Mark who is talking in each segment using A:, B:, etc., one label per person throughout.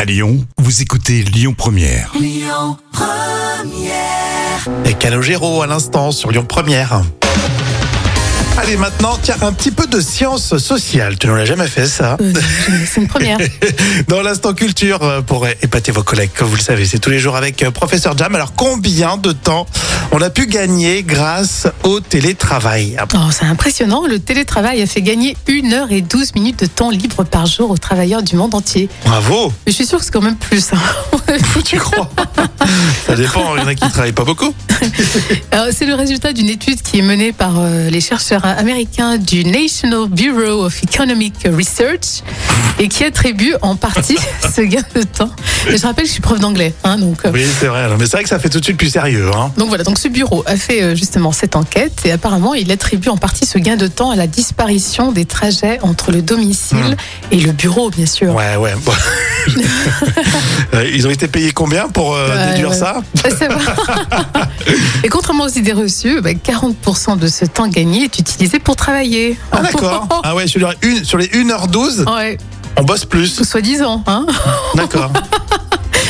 A: À Lyon, vous écoutez Lyon Première.
B: Et Calogero à l'instant sur Lyon Première. Allez maintenant, tiens, un petit peu de science sociale. Tu n'en as jamais fait ça.
C: Euh, C'est une première.
B: Dans l'instant culture, euh, pour épater vos collègues, comme vous le savez, c'est tous les jours avec euh, professeur Jam. Alors combien de temps on a pu gagner grâce au télétravail Ah,
C: Oh, c'est impressionnant, le télétravail a fait gagner 1h12 minutes de temps libre par jour aux travailleurs du monde entier.
B: Bravo,
C: Mais je suis sûre que c'est quand même plus. hein.
B: tu crois Ça dépend, il y en a qui ne travaillent pas beaucoup.
C: Alors, C'est le résultat d'une étude qui est menée par euh, les chercheurs américains du National Bureau of Economic Research et qui attribue en partie ce gain de temps. Et je rappelle, je suis prof d'anglais, hein, donc. euh,
B: Oui, c'est vrai. alors, Mais c'est vrai que ça fait tout de suite plus sérieux. Hein.
C: Donc voilà, donc ce bureau a fait euh, justement cette enquête et apparemment il attribue en partie ce gain de temps à la disparition des trajets entre le domicile et le bureau bien sûr.
B: Ouais, ouais. bon. Euh, Ils ont été payés combien pour euh,
C: Ouais,
B: déduire
C: ouais.
B: ça
C: Ça, c'est vrai. et contrairement aux idées reçues, bah, 40% de ce temps gagné est utilisé pour travailler.
B: Ah d'accord. Ah ouais, sur les, une, sur les 1h12,
C: ouais,
B: on bosse plus.
C: soi-disant. Hein
B: D'accord.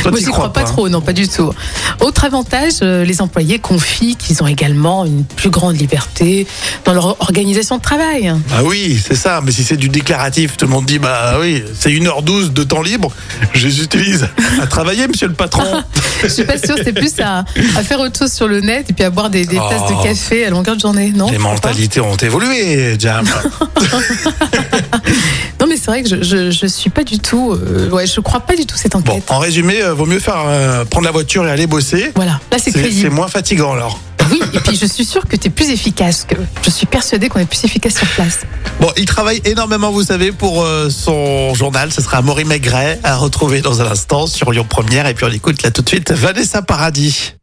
B: Toi,
C: Moi,
B: t'y
C: j'y crois pas, trop, non, pas du tout. Autre avantage, euh, les employés confient qu'ils ont également une plus grande liberté dans leur organisation de travail.
B: Ah oui, c'est ça. Mais si c'est du déclaratif, tout le monde dit bah oui, c'est 1h12 de temps libre. Je les utilise à travailler, monsieur le patron.
C: Je suis pas sûre, c'est plus à, à faire autre chose sur le net et puis à boire des, des
B: Oh.
C: tasses de café à longueur de journée, non
B: Les
C: je crois pas.
B: mentalités ont évolué, Jam.
C: Non, mais c'est vrai que je, je, je suis pas du tout. euh, ouais, je crois pas du tout cette
B: Bon,
C: enquête.
B: en résumé, euh, vaut mieux faire euh, prendre la voiture et aller bosser.
C: Voilà, là c'est
B: C'est c'est
C: crédible.
B: moins fatigant alors.
C: Oui, et puis je suis sûre que tu es plus efficace. Que je suis persuadée qu'on est plus efficace sur place.
B: Bon, il travaille énormément, vous savez, pour euh, son journal. Ce sera Maury Maigret à retrouver dans un instant sur Lyon Première. Et puis on écoute là tout de suite Vanessa Paradis.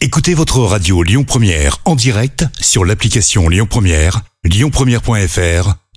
A: Écoutez votre radio Lyon Première en direct sur l'application Lyon Première, lyonpremière.fr